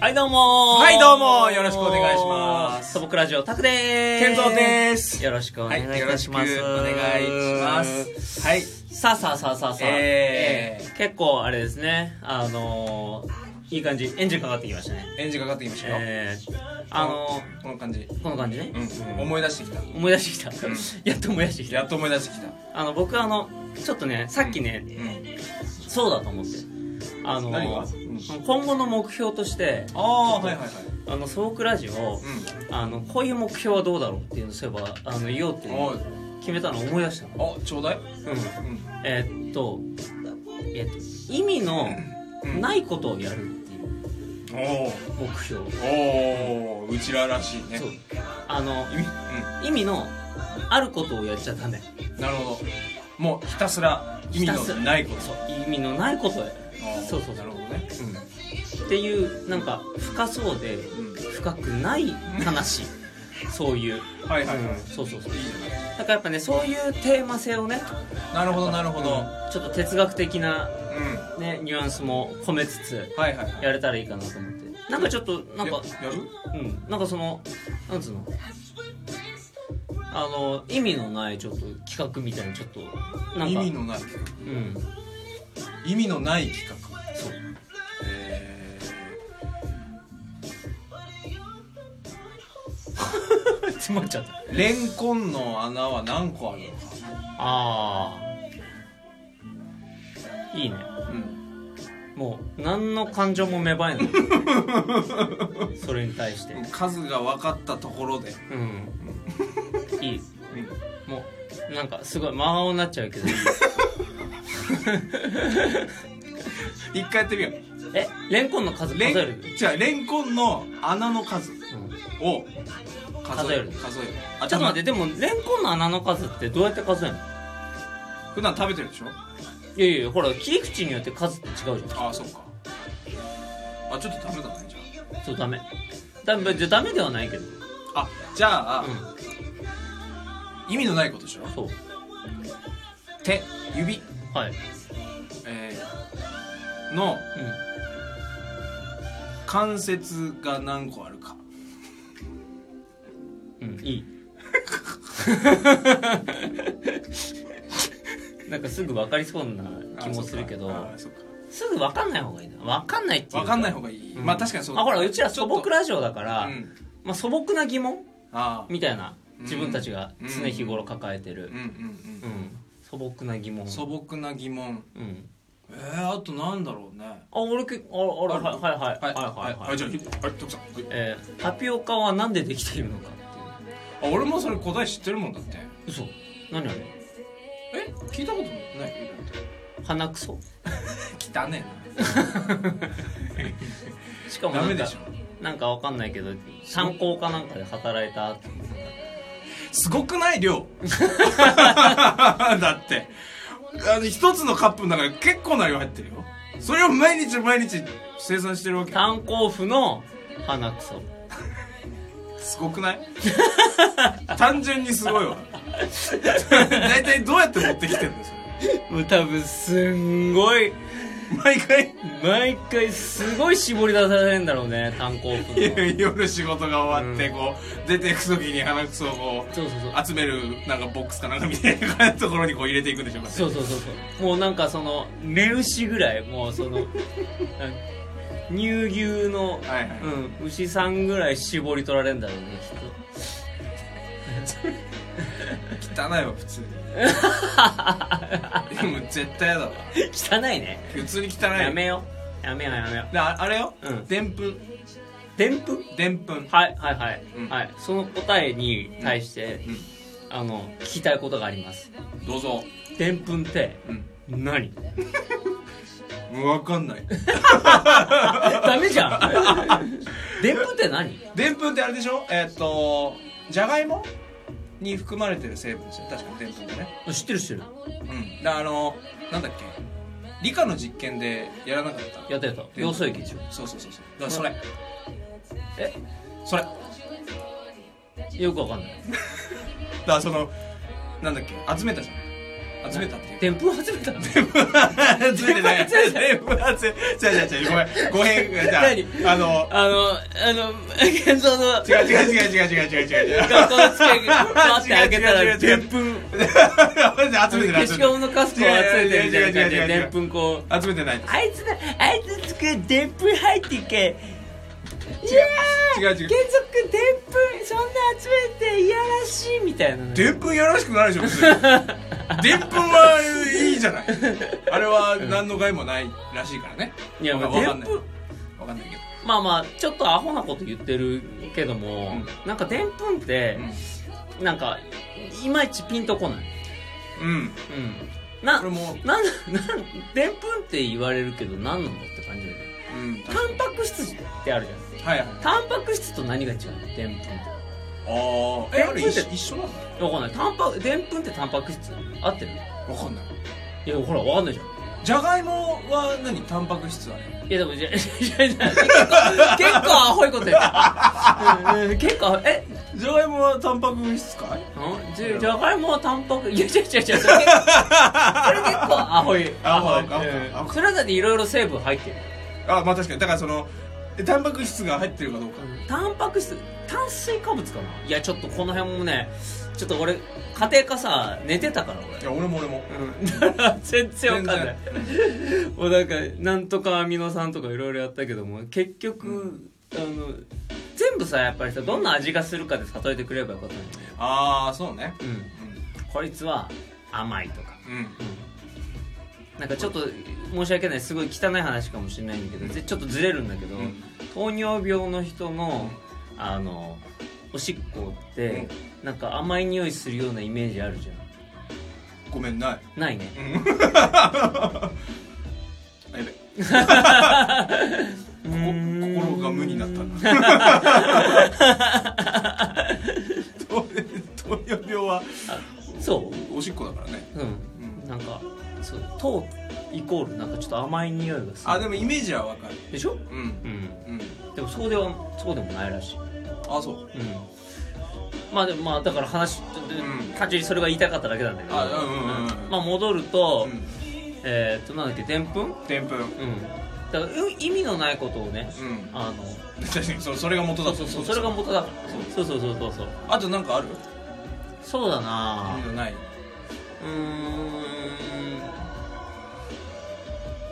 はいどうもーはいどうもよろしくお願いします素朴ラジオタクでーす健三ですよろしくおは願いいい、よたろししくおま願す、いします。はい、さあさあさあさあさあ、えーえー結構あれですねあのー、いい感じエンジンかかってきましたねエンジンかかってきましたよ。えー、あのこの感じ。ー、この感じね、うん、思い出してきた。思い出してきた、うん やっと思い出してきやたっと思い出してきた。あの僕あのちょっとねさっきね、うん、そうだと思ってあのー何が今後の目標としてああ、はいはいはい。あのソークラジオを、あのこういう目標はどうだろうっていうのをそういえばあの言おうっておい決めたのを思い出したの、うん、あ、ちょうだい。うんうん、えーっと、えーっと意味のうんないことをやるっていうお目標、お、おお、うちららしいね。そうあの意味、意味のあることをやっちゃダメうん、なるほど。もうひたすら意味ひたすのらないこと。そう意味のないことをやるあーそうそうそうなるほどね。っていうなんか深そうでうん深くない 話そういう、はいはいはい。うんそうそうそういいじゃだからやっぱねそういうテーマ性をねない。なるほどなるほど。うん、ちょっと哲学的なはね、ニュアンスも込めつついはいはい。やれたらいいかなと思ってなんかちょっとなんかややるうんなんかそのなんつうのあの意味のないちょっと企画みたいなちょっとなん意か味のない。 うん意味のない企画。そうえ詰まっちゃったーレンコンの穴は何個あるのああいいねか、うん、もう何の感情も芽生え ないそれに対して数が分かったところで、うんいいうんもうなんかすごい真顔になっちゃうけどいい一回やってみようえレンコンの数数レえンるじゃあレンコンの穴の数うんを数える数える数えるあちょっと待ってでもレンコンの穴の数ってどうやって数えるのて普段食べてるでしょいやいやほら切り口によって数って違うじああそっかあちょっとダメだねじゃゃんそうダメダメじゃダメではないけどああじゃあ、う意味のないことでしょんそう手指、はいえーのう関節が何個あるかんうんいい なんかすぐ分かりそうな気もするけどあそっかすぐ分かんない方がいいな分かんないっていう分かんない方がいい、うんまあ確かにそうあほらうちら素朴らラジオだから、うんまあ、素朴な疑問ああみたいな自分たちが常日頃抱えてるうん、ううんうん、ん、素朴な疑問素朴な疑問うんえー、あとなんだろうねあ、俺け、あ、あれ、はい、はい、はい、はい、はい、はい、じゃあはい徳さんはいえータピオカはなんでできているのか。あ俺もそれ答え知ってるもんだって嘘。何あれ。え聞いたことないよ鼻くそ。だって汚ねしえかもななんか。ダメでしょなんかわかんないけど、炭鉱かなんかで働いた後。すごくない量 だってあの一つのカップの中で結構な量入ってるよそれを毎日毎日生産してるわけ炭鉱夫の鼻くそ。す ごくない単純にすごいわ 大体どうやって持ってきてるんですよもう多分すんごい。毎回毎回すごい絞り出されるんだろうね、炭鉱夫の。 夜仕事が終わってうんこう出てく時に鼻くそをこそうそうそう。う集めるなんかボックスかなんかみたいなところにこう入れていくんでしょうかそうそうそうそうもうなんかその目牛ぐらいもうそのなん乳牛の、はいはいうん、牛さんぐらい絞り取られるんだろうねきっ汚いわ 普通にでも絶対やだわと汚いね普通に汚いやめよやめようやめようでああれようんでんぷんでんぷんでんぷんはいはいはい、うんはいその答えに対して、うんあの聞きたいことがありますどうぞでんぷんってうん何分かんない ダメじゃん でんぷんって何でんぷんってあれでしょえーっとじゃがいもに含まれてる成分ですよ確かにでんぷんってね知ってる知ってるうんだあのなんだっけ理科の実験でやらなかったやったやったで要素液でしょそうそうそうそうだからそれえそれだかよくわかんないらそのなんだっけ集めたじゃん集めたっていう天風集めたの集めてない全部集め違う違う違うごめん語弊が何じゃああのあのあの現像の違う違う違う違う違う違う違う違う 学校の近くにパって開けた違う違らう違う違うでんぷん集めてない消集しめゴムのカスコを集めてるみたいな感じ違う違う違う違ででう違うんぷんこう集めてないあいつだあいつつくでんぷん入っていけいやー違う違金う属くんでんぷんそんな集めていやらしいみたいなのでんぷんやらしくないでしょ別にでんぷんはいいじゃないあれは何の害もないらしいからねいやわでんぷんかんないわかんないけどまあまあちょっとアホなこと言ってるけども、なんかでんぷんって、なんかいまいちピンとこないうん、うん、うんなこれもなんなんでんぷんって言われるけど何なのって感じだよねうんタンパク質ってあるじゃないはいはいあタンパク質と何が違うのでんぷんってあえあれでんぷんって一緒一緒なの分かんないタンパでんぷんってタンパク質合ってるわかんないいやほら分かんないじゃんじゃがいもは何タンパク質はねいやでもじゃいやいや結構結構アホいこと言った、うんうん、結構アホえじゃがいもはタンパク質かいんじゃじゃがいもはタンパクいや違う 違う違うそれ結構それ結構アホいアホいアホアうホんそれだっていろいろ成分入ってるあまあ確かにだからそのえタンパク質が入ってるかどうかタンパク質炭水化物かないやちょっとこの辺もねちょっと俺家庭科さ寝てたからいや俺も俺も俺だから全然わかんないもうなんかなんとかアミノ酸とかいろいろやったけども結局、あの全部さやっぱりさどんな味がするかで例えてくれればよかったんだよねああそうねうんこいつは甘いとかうん、うんなんかちょっと申し訳ないすごい汚い話かもしれないんだけどぜちょっとずれるんだけど、うん糖尿病の人のあのおしっこって、なんか甘い匂いするようなイメージあるじゃごめんないんないねあ やべこ心が無になったな糖尿病はそおしっこだからねううん、なんかそう糖イコールなんかちょっと甘い匂いがするあでもイメージはわかるでしょうんうんうんでもそうではそうでもないらしいあそううんまあでもまあだから話、ん単純にそれが言いたかっただけなんだけどあうんうんうんまあ戻ると、うんえーっとなんだっけでんぷんうんでんぷんうんだからう意味のないことをね、あの確かに そそれが元そだうそうそうそれが元だからそうそうそうそうそうあとなんかあるそうだなうんない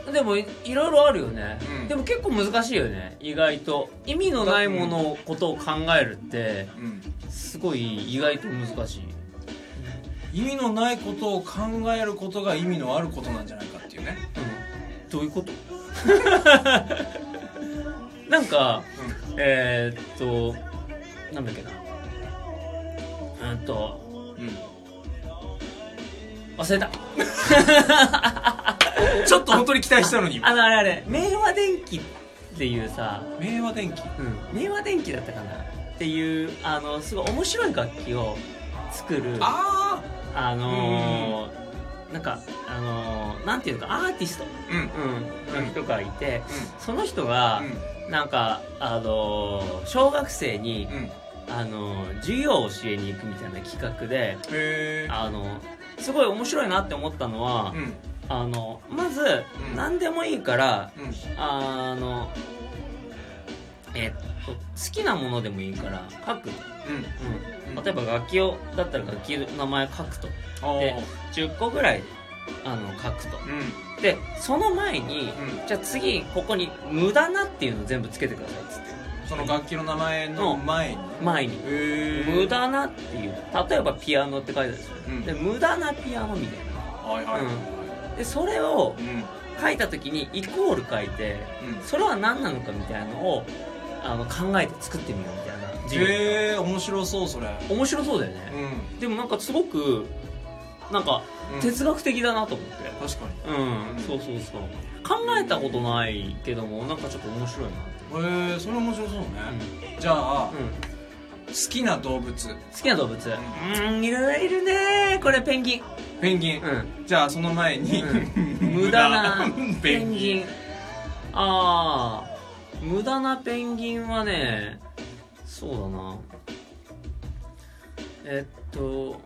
うんでもいいろいろあるよね、うんでも結構難しいよね意外と意味のないものをことを考えるってうんすごい意外と難しい意味のないことを考えることが意味のあることなんじゃないかっていうねどういうこと なんか、えー、っとなんだっけなうんとうん忘れたちょっと本当に期待したのにあのあれあれ明和電機っていうさ、明和電機うん、明和電機だったかなっていうあのすごい面白い楽器を作るああのーなんかあのーなんていうのかアーティスト、あうんうん、の人がいて、その人が、うなんかあのー小学生に、んうんへあの授業を教えに行くみたいな企画でえあのすごい面白いなって思ったのは、うんあのまず、うん何でもいいからうんあのえっと好きなものでもいいから書く、うんうん、例えば楽器をだったら楽器の名前書くとあであ10個ぐらいあの書くとうんでその前に、じゃあ次ここに「無駄な」っていうのを全部つけてくださいっつってその楽器の名前の前に前に。へえ無駄なっていう例えばピアノって書いてあるでしょ、うんで無駄なピアノみたいなはいはいはでそれをいうん書いた時にイコール書いてそれは何なのかみたいなのをあの考えて作ってみようみたいな授業へえ面白そうそれ面白そうだよね、んでもなんかすごくなんかうん哲学的だなと思って確かにうん、うんそうそうそう考えたことないけどもなんかちょっと面白いなへえそれ面白そうねって、じゃあうんうん好きな動物好きな動物うんいろいろいるねこれペンギンペンギンうんじゃあその前に、 無駄なペペンンギギンンああ無駄なペンギンはねそうだなえっと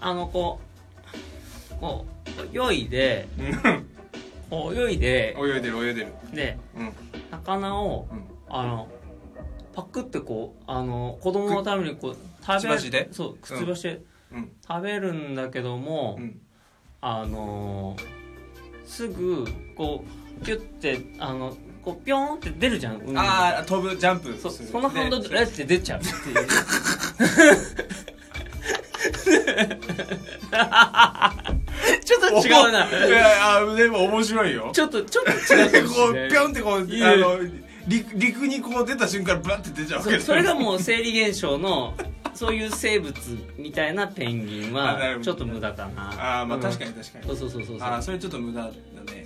あのこうこう泳いでうんこう泳いで泳いでる泳いでるでうん魚をうんあのパクってこうあの子供のためにこう食くちべばしでそうくちばしでうん食べるんだけども、うんあのすぐこうピュってあのこうピョーンって出るじゃん海にああ飛ぶジャンプそするそのハンドででレッて出ちゃうっていう。 ちょっと違う な。おいやあでも面白いよちょっとちょっと違うかもしこうれピないョンってこうあいやいやの陸陸にこう出た瞬間バッて出ちゃうわけそだそれがもう生理現象のそういう生物みたいなペンギンあなるはほどちょっと無駄かなああまあ確かにに確かにそうそうそうそうそあうあそれちょっと無駄だね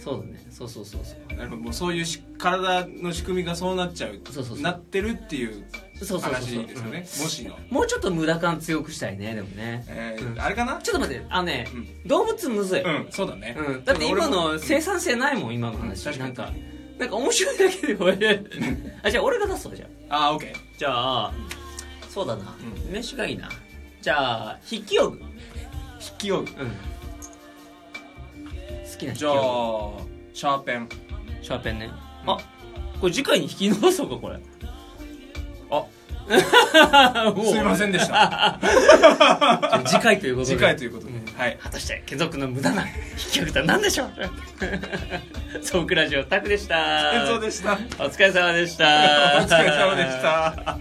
そうだねそうそうそうそうなるほどもうそういうし体の仕組みがそうなっちゃうそうそうそうなってるっていうそうそうそうそう話ですよねもしの、もうちょっと無駄感強くしたいねでもね、えうーんあれかなちょっと待ってあのね、うん動物むずい、うんそうだね、うん、だって今俺もの生産性ないもん今の話、うん確かなんにかなんか面白いだけで終わるあじゃあ俺が出そうじゃんああオッケーじゃあそうだな、飯がいいなじゃあ筆記用具うん好筆記用具きな筆記じゃあ用シャーペン具シャーペンね、うんあこれ次回に引き伸ばそうか これああもうすいませんでした じゃあ次回ということで次回ということで、はい果たして貴族の無駄な引き用具とは何でしょう ソークラジオタクでした 演奏でしたお疲れ様でしおた疲れ様でした